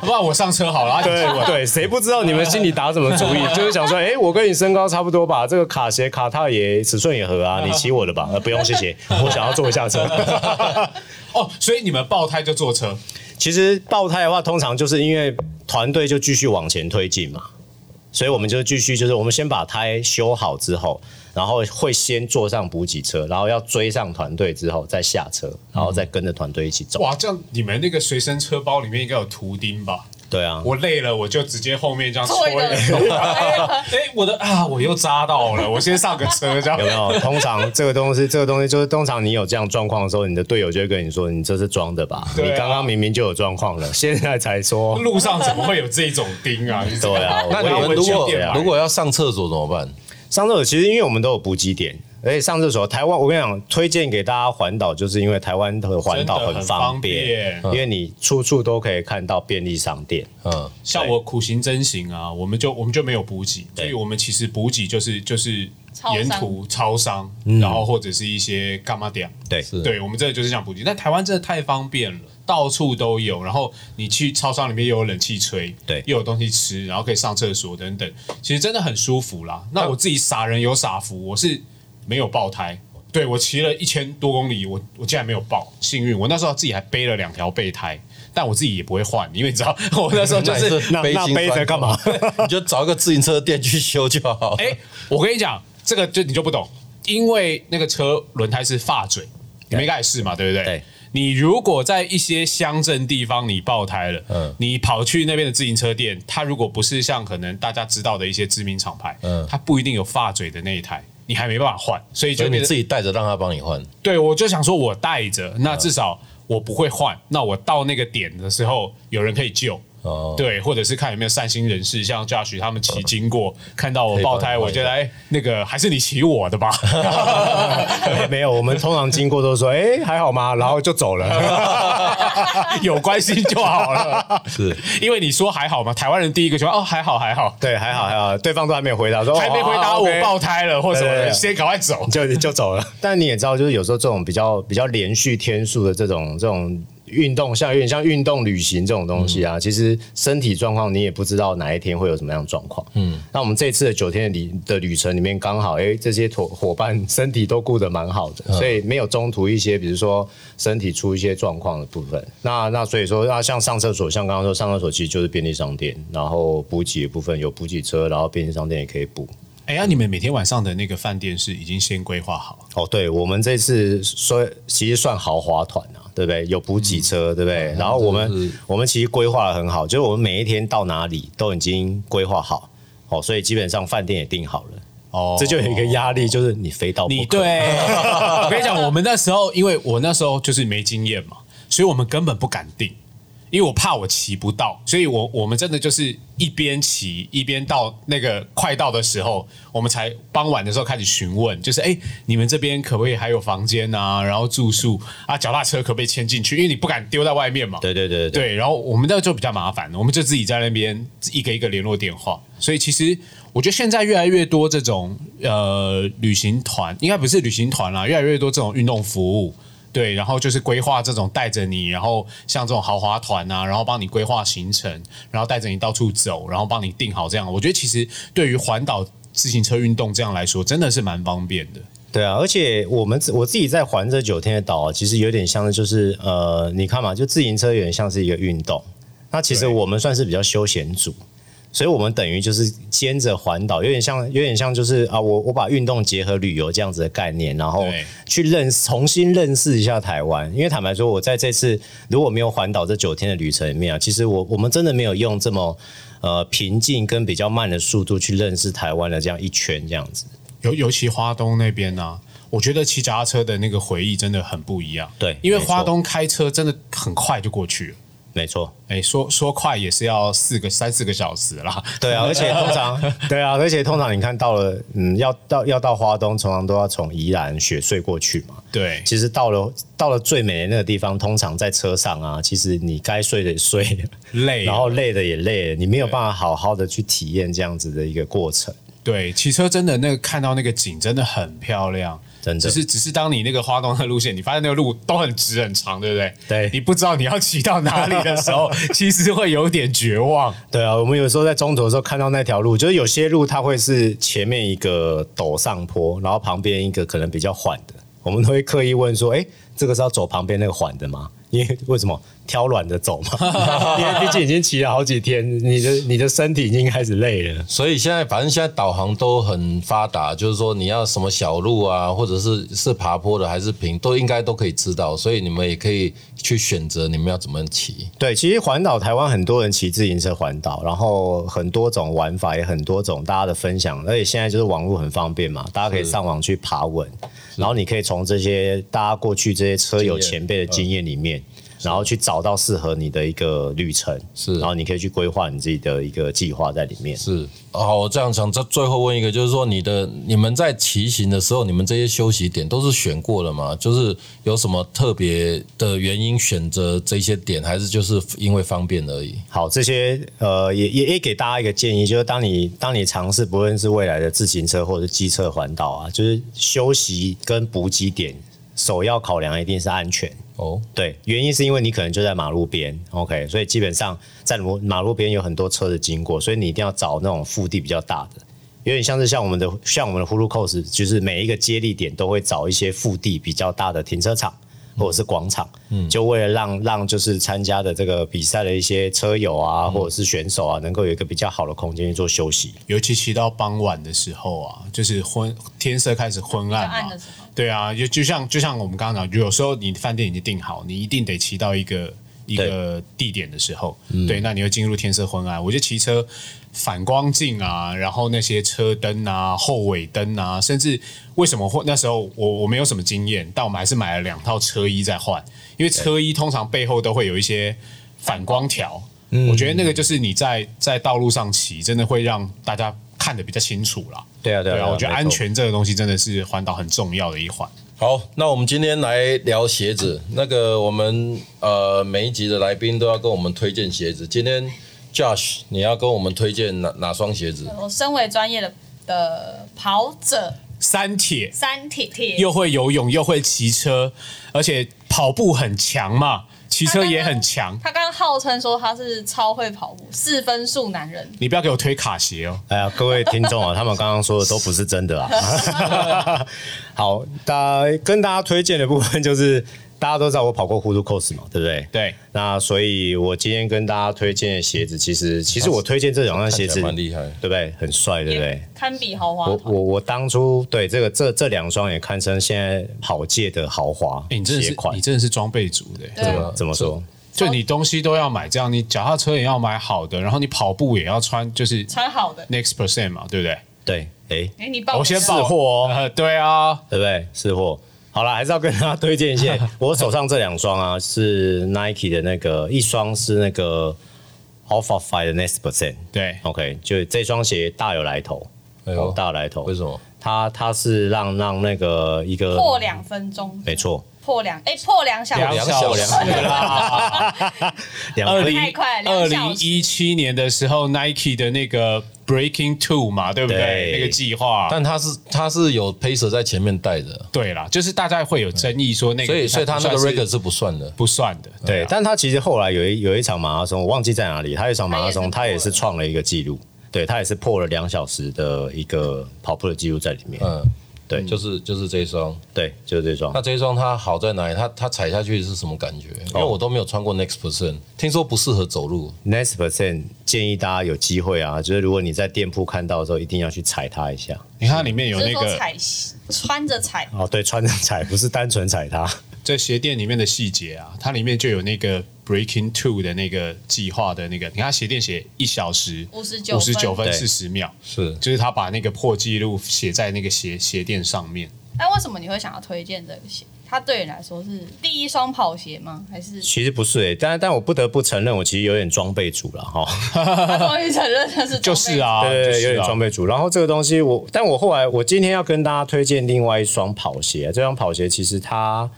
不然我上车好了，啊你对骑我 <laughs> 的对，谁不知道你们心里打什么主意？就是想说，哎，我跟你身高差不多吧，这个卡鞋卡套也尺寸也合啊，你骑我的吧，呃，不用谢谢，我想要坐一下车。哦，所以你们爆胎就坐车，其实爆胎的话，通常就是因为团队就继续往前推进嘛，所以我们就继续就是我们先把胎修好之后，然后会先坐上补给车，然后要追上团队之后再下车，然后再跟着团队一起走。哇，这样你们那个随身车包里面应该有图钉吧？对啊，我累了，我就直接后面这样戳错一一个 <laughs> 个洞。哎，我的啊，我又扎到了，我先上个车，这样有没有？通常这个东西，这个东西就是通常你有这样状况的时候，你的队友就会跟你说：“你这是装的吧？对啊你刚刚明明就有状况了，现在才说。 <laughs> 路上怎么会有这种钉啊？就是这对样啊，我那也你我们也如我果也觉得如果要上厕所怎么办？上厕所其实因为我们都有补给点，而且上厕所台湾我跟你讲，推荐给大家环岛，就是因为台湾的环岛嗯真的很方方便因为你处处都可以看到便利商店。嗯，像我苦行真行啊，我们就我们就没有补给，所对以我们其实补给就是就是超商沿途超商，嗯然后或者是一些干嘛点， <laughs> 对，是对，我们真的就是这样补给。但台湾真的太方便了，到处都有。然后你去超商里面又有冷气吹，对又有东西吃，然后可以上厕所等等，其实真的很舒服啦。那我自己傻人有傻福，我是没有爆胎。对我骑了一千多公里，我我竟然没有爆，幸运！我那时候自己还背了两条备胎，但我自己也不会换，因为你知道 <laughs> 我那时候就那也是。是那那心背着酸干嘛？ <laughs> 你就找一个自行车店去修就好。哎、我跟你讲，这个就你就不懂，因为那个车轮胎是发嘴，你没盖试嘛，对不对？对你如果在一些乡镇地方你爆胎了，嗯你跑去那边的自行车店，它如果不是像可能大家知道的一些知名厂牌，嗯它不一定有发嘴的那一台，你还没办法换，所以所就以变你成自己带着，让他帮你换。对，我就想说，我带着，那至少我不会换。那我到那个点的时候，有人可以救。哦对，或者是看有没有善心人士，像 Josh 他们骑经过，看到我可以爆帮胎，你换我觉得哎，那个还是你骑我的 <laughs> 吧。没没有，我们通常经过都说：“哎，还好吗？”然后就走了。 <laughs> <laughs> 有关系就好 <laughs> 了。是，因为你说还好嘛，台湾人第一个就哦还好还好，对，还好还好，对方都还没有回答，说哦啊还没回答我爆胎了或什么对对的，对先赶快走。 <laughs> 就就走了。但你也知道，就是有时候这种比较比较连续天数的这种这种运动，像有点像运动旅行这种东西啊，其实身体状况你也不知道哪一天会有什么样的状况。嗯，那我们这次的九天的旅的旅程里面，刚好哎、这些伙伙伴身体都顾得蛮好的，所以没有中途一些比如说身体出一些状况的部分。那那所以说，那像上厕所，像刚刚说上厕所其实就是便利商店，然后补给的部分有补给车，然后便利商店也可以补。哎呀，那你们每天晚上的那个饭店是已经先规划好，哦，对，我们这次说其实算豪华团啊，对不对？有补给嗯车，对不对？然后我们我们其实规划的很好，就是我们每一天到哪里都已经规划好，哦，所以基本上饭店也订好了，哦这就有一个压力，就是你非到不你 <laughs> 可。对，我跟你讲，我们那时候因为我那时候就是没经验嘛，所以我们根本不敢定，因为我怕我骑不到，所以我我们真的就是一边骑一边到那个快到的时候，我们才傍晚的时候开始询问，就是哎，你们这边可不可以还有房间啊？然后住宿啊，脚踏车可不可以牵进去？因为你不敢丢在外面嘛。对对对对对对，然后我们那就比较麻烦，我们就自己在那边一个一个联络电话。所以其实我觉得现在越来越多这种呃旅行团，应该不是旅行团啦，越来越多这种运动服务。对，然后就是规划这种带着你，然后像这种豪华团啊，然后帮你规划行程，然后带着你到处走，然后帮你定好这样。我觉得其实对于环岛自行车运动这样来说，真的是蛮方便的。对啊！而且我们自我自己在环这九天的岛啊，其实有点像是就是呃，你看嘛，就自行车有点像是一个运动。那其实对我们算是比较休闲组，所以我们等于就是兼着环岛，有点像有点像就是啊，我我把运动结合旅游这样子的概念，然后对去认识重新认识一下台湾。因为坦白说，我在这次如果没有环岛这九天的旅程里面啊，其实我我们真的没有用这么呃平静跟比较慢的速度去认识台湾的这样一圈这样子。尤尤其花东那边呢、我觉得骑脚踏车的那个回忆真的很不一样。对因为没错花东开车真的很快就过去了。没错。哎，说说快也是要四个三四个小时啦。对 <laughs> 啊，而且通常对啊，而且通常你看到了，嗯，要到要到花东，通常都要从宜兰雪隧过去嘛。对，其实到了到了最美的那个地方，通常在车上啊，其实你该睡的也睡了，累。然后累的也累了，你没有办法好好的去体验这样子的一个过程。对，骑车真的那个看到那个景真的很漂亮，真的只是只是当你那个花东的路线，你发现那个路都很直很长，对不对？对你不知道你要骑到哪里的时 <laughs> 候，其实会有点绝望。对啊，我们有时候在中途的时候看到那条路，就是有些路它会是前面一个陡上坡，然后旁边一个可能比较缓的，我们都会刻意问说：“哎，这个是要走旁边那个缓的吗？”因为为什么挑软的走嘛？因为毕竟已经骑了好几天，你的你的身体已经开始累了。所以现在反正现在导航都很发达，就是说你要什么小路啊，或者是是爬坡的还是平，都应该都可以知道。所以你们也可以去选择你们要怎么骑。对，其实环岛台湾很多人骑自行车环岛，然后很多种玩法，也很多种大家的分享，而且现在就是网络很方便嘛，大家可以上网去爬文，然后你可以从这些大家过去这些车友经验嗯前辈的经验里面。然后去找到适合你的一个旅程，是然后你可以去规划你自己的一个计划在里面。是，好，哦我这样想，这最后问一个，就是说你的你们在骑行的时候，你们这些休息点都是选过了吗？就是有什么特别的原因选择这些点，还是就是因为方便而已？好，这些呃，也也也给大家一个建议，就是当你当你尝试不论是未来的自行车或者是机车环岛啊，就是休息跟补给点，首要考量一定是安全。哦，对，原因是因为你可能就在马路边，OK，所以基本上在马路马路边有很多车子经过，所以你一定要找那种腹地比较大的，有点像是像我们的像我们的 Hulu Cos，就是每一个接力点都会找一些腹地比较大的停车场或者是广场，就为了让让就是参加的这个比赛的一些车友啊、或者是选手啊，能够有一个比较好的空间去做休息。尤其骑到傍晚的时候啊，就是昏天色开始昏暗嘛，比较暗的时候对啊，就就像就像我们刚刚讲，有时候你饭店已经订好，你一定得骑到一个一个地点的时候，对，那你又进入天色昏暗。我觉得骑车反光镜啊，然后那些车灯啊、后尾灯啊，甚至为什么会那时候我我没有什么经验，但我们还是买了两套车衣在换，因为车衣通常背后都会有一些反光条。我觉得那个就是你在在道路上骑，真的会让大家看得比较清楚啦。对啊，对啊，对啊，我觉得没安错全这个东西真的是环岛很重要的一环。好，那我们今天来聊鞋子。那个我们呃每一集的来宾都要跟我们推荐鞋子。今天 Josh，你要跟我们推荐哪哪双鞋子？我身为专业的的跑者，三铁三铁铁又会游泳，又会骑车，而且跑步很强嘛，骑车也很强。他刚刚号称说他是超会跑步，四分速男人。你不要给我推卡鞋哦。哎呀，各位听众啊，他们刚刚说的都不是真的啊。 <laughs> 好，大家跟大家推荐的部分就是，大家都知道我跑过 Hulu Course 嘛，对不对？。对，那所以，我今天跟大家推荐的鞋子，其实其实我推荐这两双看鞋起子来蛮厉害对不对？很帅，对不对也？堪比豪华我团。我我当初对这个这这两双也堪称现在跑界的豪华哎，你真的鞋是款你。真的是装备族的欸。对对啊，吧？怎么说？就你东西都要买，这样你脚踏车也要买好的，然后你跑步也要穿，就是穿好的。 next percent 嘛，对不对？对，哎，哎，你报我先名报是货 <laughs> 哦呃对啊，对不对？是货。好了，还是要跟大家推荐一 <laughs> 下，我手上这两双啊，是 Nike 的那个，一双是那个 Off of Five 的 Next Percent。对， OK，就这双鞋大有来头，哎呦，大有来头。为什么？它它是让让那个一个破，两分钟，没，错，破两哎破两小两时，小时啦。两二分零太快二两零小一七年的时候，Nike 的那个 Breaking Two 嘛，对不对？对那个计划，但他是他是有 pacer 在前面带的，对啦，就是大家会有争议说那个，所以所以他那个不算是 record 是不算的。不算的，哎对，啊但他其实后来有一有一场马拉松，我忘记在哪里，他有一场马拉松，他他也也是破了是创了一个记录，对他也是破了两小时的一个跑步的记录在里面。嗯，对就是就是这一双。对，就是这双那。这一双它好在哪里？它它踩下去是什么感觉？因为我都没有穿过 Next Percent，听说不适合走路。 Next percent 建议大家有机会啊，就是如果你在店铺看到的时候，一定要去踩它一下。你看它里面有只那是说个踩穿着踩，哦，对，穿着踩，不是单纯踩它。在鞋店里面的细节啊，它里面就有那个 Breaking Two 的那个计划的那个，你看它鞋店写一小时59五十九分对四十秒，是就是他把那个破纪录写在那个鞋鞋垫上面。那为什么你会想要推荐这个鞋？它对你来说是第一双跑鞋吗？<laughs> 还是其实不是诶、但但我不得不承认，我其实有点装备主了哈。他终于承认他是就是，啊，就对是啊有点装备主。然后这个东西我，但我后来我今天要跟大家推荐另外一双跑鞋，这双跑鞋其实它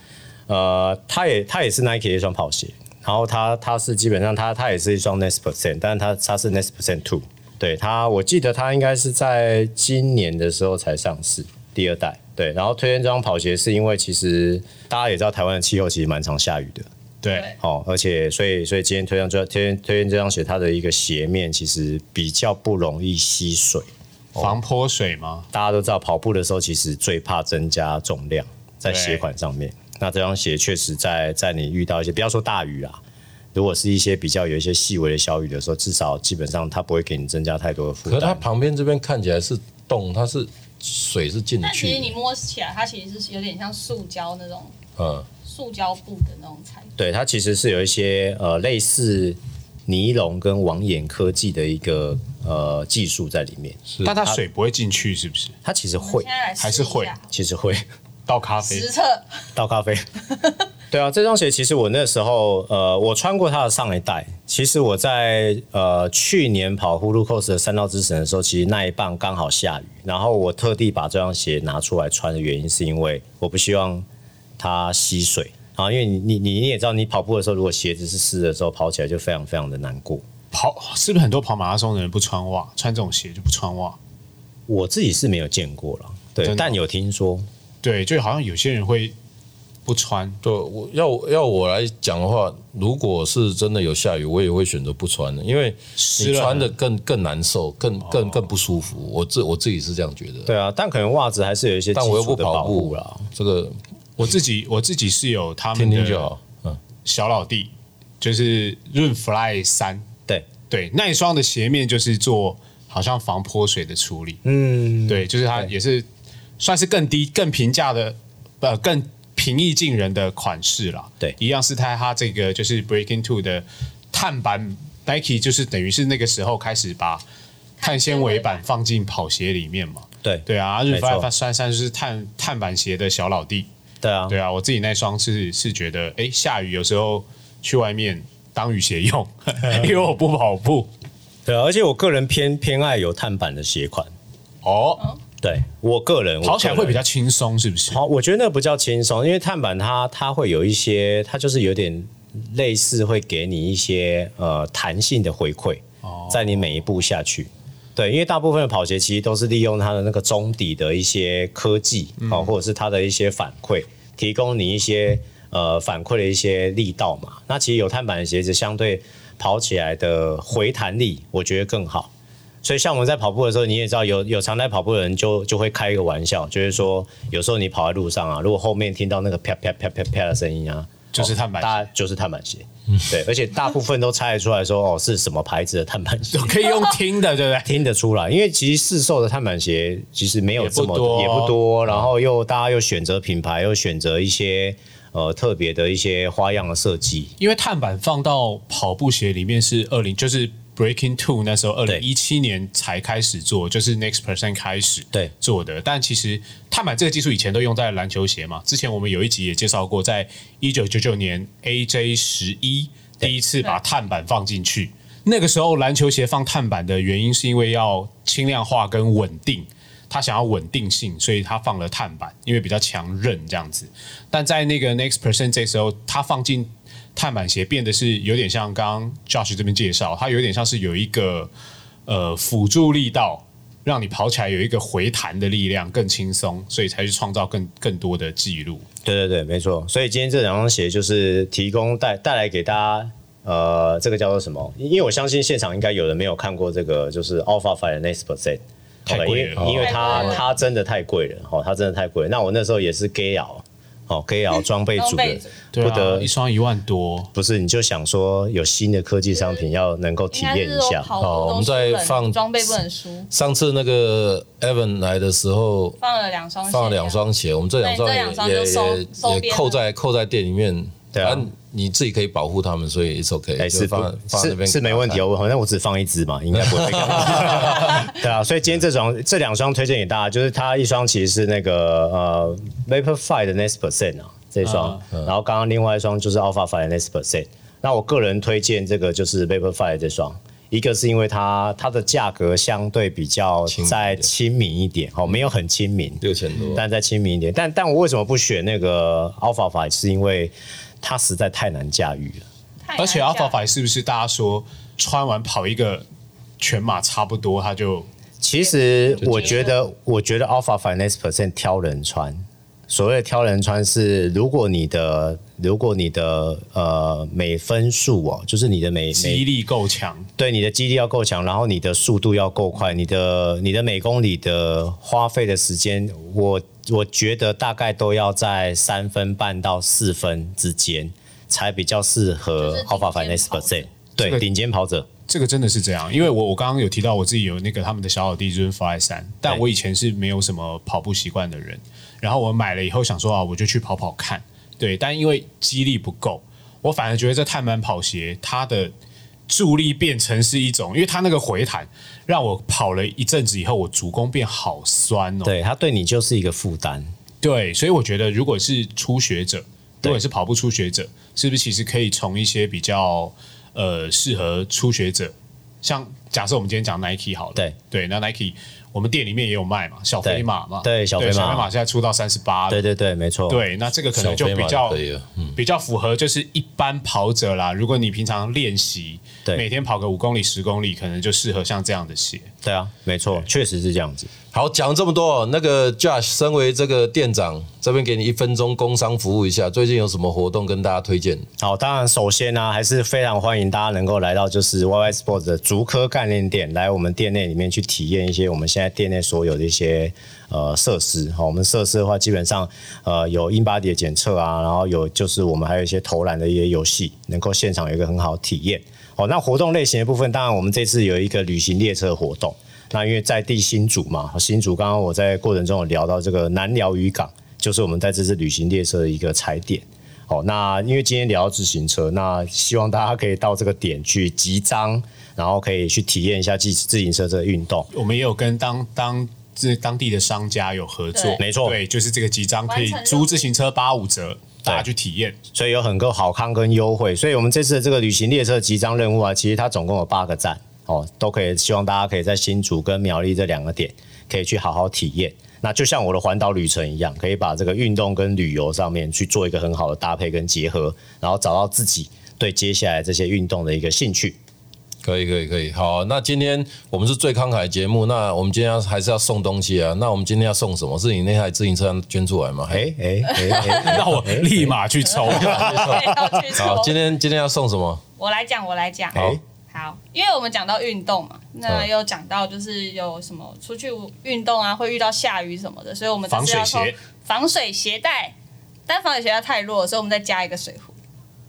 呃，它也它也是 Nike 的一双跑鞋，然后它它是基本上它它也是一双 Next Percent，但是它它是 Next Percent Two，对它我记得它应该是在今年的时候才上市第二代。对，然后推荐这双跑鞋是因为其实大家也知道台湾的气候其实蛮常下雨的，对对。哦，而且所以所以今天推荐这推荐推荐这双鞋，它的一个鞋面其实比较不容易吸水。防泼水吗？大家都知道，跑步的时候其实最怕增加重量在对鞋款上面。那这双鞋确实在在你遇到一些不要说大雨啊，如果是一些比较有一些细微的小雨的时候，至少基本上它不会给你增加太多的负可是它担。旁边这边看起来是洞，它是水是进但其实去你的。摸起来，它其实是有点像塑胶那种嗯，塑胶布的那种材质。对，它其实是有一些呃类似尼龙跟网眼科技的一个呃技术在里面，是但它水不会进去，是不是？它其实我们会现在来还是试一会下，其实会。倒咖啡实测倒 <laughs> 咖啡。对啊，这双鞋其实我那时候呃，我穿过它的上一代。其实我在呃去年跑呼噜 cos 的三道之神的时候，其实那一棒刚好下雨，然后我特地把这双鞋拿出来穿的原因是因为我不希望它吸水啊，因为你你你你也知道，你跑步的时候如果鞋子是湿的时候，跑起来就非常非常的难过。跑是不是很多跑马拉松的人不穿袜，穿这种鞋就不穿袜？我自己是没有见过了，对真，的哦但有听说，对，就好像有些人会不穿。对，我要要我来讲的话，如果是真的有下雨，我也会选择不穿的，因为湿你了穿的更更难受，更更更不舒服。我自我自己是这样觉得，哦对啊，但可能袜子还是有一些基但我又础不的跑保步护啦。，这个我自己我自己是有他们听听就的好。嗯，小老弟，就是润 Fly 三，对，对，那一双的鞋面就是做好像防泼水的处理，嗯，对，就是它也是算是更低、更平价的，呃，更平易近人的款式啦。对一样是它它这个就是 Breaking Two 的碳板 Nike，就是等于是那个时候开始把碳纤维板放进跑鞋里面嘛。对对啊，日没错发三三就是碳碳板鞋的小老弟。对啊，对啊，我自己那双是是觉得，哎，下雨有时候去外面当雨鞋用， <laughs> 因为我不跑步。对啊，而且我个人偏偏爱有碳板的鞋款。哦，对我个人跑起来会比较较轻松，是不是？好，我觉得那不叫轻松，因为碳板它它会有一些，它就是有点类似会给你一些呃弹性的回馈，哦在你每一步下去。对，因为大部分的跑鞋其实都是利用它的那个嗯中底的一些科技啊、哦或者是它的一些反馈，提供你一些呃反馈了一些力道嘛。那其实有碳板的鞋子相对跑起来的回弹力，我觉得更好。所以像我们在跑步的时候，你也知道有有常在跑步的人就就会开一个玩笑，就是说有时候你跑在路上啊，如果后面听到那个啪啪啪啪啪的声音啊，就是碳板鞋大家就是碳板鞋，对，而且大部分都猜得出来说哦是什么牌子的碳板鞋，可以用听的，对不对？听得出来，因为其实市售的碳板鞋其实没有这么也多，也不多不多，然后又大家又选择品牌，又选择一些呃特别的一些花样的设计，因为碳板放到跑步鞋里面是二零，就是 Breaking Two 那时候二零对一七年才开始做，就是 Next Percent 开始对做的。但其实碳板这个技术以前都用在篮球鞋嘛，之前我们有一集也介绍过，在一九九九年 AJ 十一第一次把碳板放进去。那个时候篮球鞋放碳板的原因是因为要轻量化跟稳定，他想要稳定性，所以他放了碳板，因为比较强韧这样子。但在那个 Next Percent 这时候，他放进碳板鞋变得是有点像刚刚 Josh 这边介绍，它有点像是有一个呃辅助力道，让你跑起来有一个回弹的力量，更轻松，所以才去创造更更多的记录。对对对，没错。所以今天这两双鞋就是提供带带来给大家，呃，这个叫做什么？因因为我相信现场应该有人没有看过这个，就是 Alpha f i r e Next Percent。太贵了因为因为太它贵了它真的太贵了，哦，它真的太贵了。那我那时候也是 gay 佬，哦，gay 佬装备组装的备组，对不啊，得一双一万多，不是你就想说有新的科技商品要能够嗯体应该验是一说下，跑好步我都们输再人放装备不能输，上次那个 Evan 来的时候放了两双，啊放了两，双鞋，我们这两双对这也两双也就收收也编也了扣在扣在店里面，对啊反正你自己可以保护他们，所以 it's OK，哎，就是不放放在那是边是没问题给大家看。哦，我好像我只放一只嘛，应该不会被 <laughs> 看。对啊，所以今天这双这两双推荐给大家，就是它一双其实是那个呃 Vaporfly 的 Next Percent 啊这双，嗯然后刚刚另外一双就是 Alpha Fly 的 Next Percent。那我个人推荐这个就是 Vaporfly 这双，一个是因为它它的价格相对比较亲民一再点亲民一点哦，没有很亲民，六千多，但再亲民一点。但但我为什么不选那个 Alpha Fly，是因为它实在太难驾驭了。太难而且下 <laughs> Alpha Five 是不是大家说穿完跑一个全马差不多，它就其实了我觉得，我觉得 Alpha Finance Percent 挑人穿，所谓的挑人穿是，如果你的如果你的呃每分数哦，就是你的每记忆每力够强？对你的肌力要够强，然后你的速度要够快，你的你的每公里的花费的时间，我我觉得大概都要在三分半到四分之间，才比较适合就是顶尖 Alpha Finance 跑者 Percent 这个对顶尖跑者。这个真的是这样，因为我我刚刚有提到我自己有那个他们的小老弟就是 Fly 三，但对我以前是没有什么跑步习惯的人，然后我买了以后想说啊，我就去跑跑看，对，但因为肌力不够，我反而觉得这碳板跑鞋它的助力变成是一种，因为它那个回弹让我跑了一阵子以后，我足弓变好酸哦，对他对你就是一个负担。对，所以我觉得如果是初学者，如果是跑步初学者，是不是其实可以从一些比较呃适合初学者，像假设我们今天讲 Nike 好了，对对，那 Nike 我们店里面也有卖嘛，小飞马嘛，对对小飞马小飞马现在出到三十八了，对对对，没错。对，那这个可能就小飞马比较就可以了嗯比较符合就是一般跑者啦。如果你平常练习，对每天跑个五公里、十公里，可能就适合像这样的鞋。对啊，没错，确实是这样子。好，讲了这么多，那个 Josh，身为这个店长，这边给你一分钟工商服务一下，最近有什么活动跟大家推荐？好，当然首先呢、还是非常欢迎大家能够来到就是 YY Sports 的足科概念店，来我们店内里面去体验一些我们现在店内所有的一些呃设施。好，我们设施的话，基本上呃有 in body 的检测啊，然后有就是我们还有一些投篮的一些游戏，能够现场有一个很好的体验。好，那活动类型的部分，当然我们这次有一个旅行列车活动。那因为在地新竹嘛，新竹刚刚我在过程中有聊到这个南寮渔港，就是我们在这次旅行列车的一个踩点。好，那因为今天聊到自行车，那希望大家可以到这个点去集章，然后可以去体验一下自自行车这个运动。我们也有跟当当这当地的商家有合作对，没错对，就是这个集章可以完成任租务自行车八五折，大家去体验。所以有很多好康跟优惠。所以我们这次的这个旅行列车集章任务啊，其实它总共有八个站哦，都可以希望大家可以在新竹跟苗栗这两个点可以去好好体验。那就像我的环岛旅程一样，可以把这个运动跟旅游上面去做一个很好的搭配跟结合，然后找到自己对接下来这些运动的一个兴趣。可以，可以，可以。好，那今天我们是最慷慨的节目，那我们今天要还是要送东西啊。那我们今天要送什么？是你那台自行车捐出来吗？哎，哎哎哎哎，那我立马去抽。对，要去 <laughs> 好，今抽。天今天要送什么？我来讲，我来讲。好，好，因为我们讲到运动嘛，那又讲到就是有什么出去运动啊，会遇到下雨什么的，所以我们这防次水要从鞋，防水鞋带，但防水鞋带太弱了，所以我们再加一个水壶，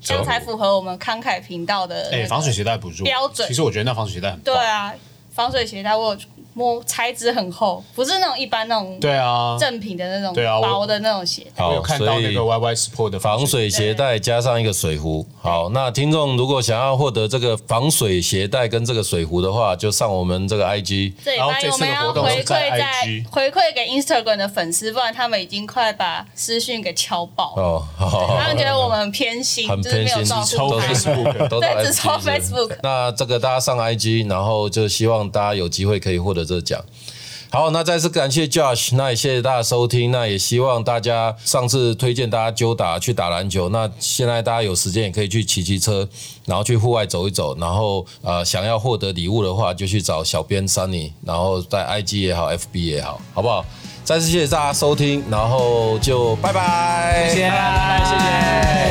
这样才符合我们慷慨频道的、哎，防水。鞋带不弱，标准其实我觉得那防水鞋带很对棒。啊，防水鞋带我有摸材质很厚，不是那种一般那种对啊，正品的那种对啊我薄的那种鞋。我好有，看所到那以个 YY Sport 的防水鞋带加上一个水壶。好，那听众如果想要获得这个防水鞋带跟这个水壶的话，就上我们这个 IG。这礼然后拜这我次们的要活动回是馈在在 IG 回馈给 Instagram 的粉丝，不然他们已经快把私讯给敲爆了。哦，好好好他们觉得我们很偏心，很就是偏没有心，照抽顾都他们。是 <laughs> Facebook 都是对只 IG 抽是不是 Facebook 那这个大家上 IG，然后就希望大家有机会可以获得这个奖。好，那再次感谢 Josh，那也谢谢大家收听，那也希望大家上次推荐大家揪打去打篮球，那现在大家有时间也可以去骑骑车，然后去户外走一走，然后呃想要获得礼物的话，就去找小编 Sunny，然后在 IG 也好，FB 也好，好不好？再次谢谢大家收听，然后就拜拜，谢谢，谢谢。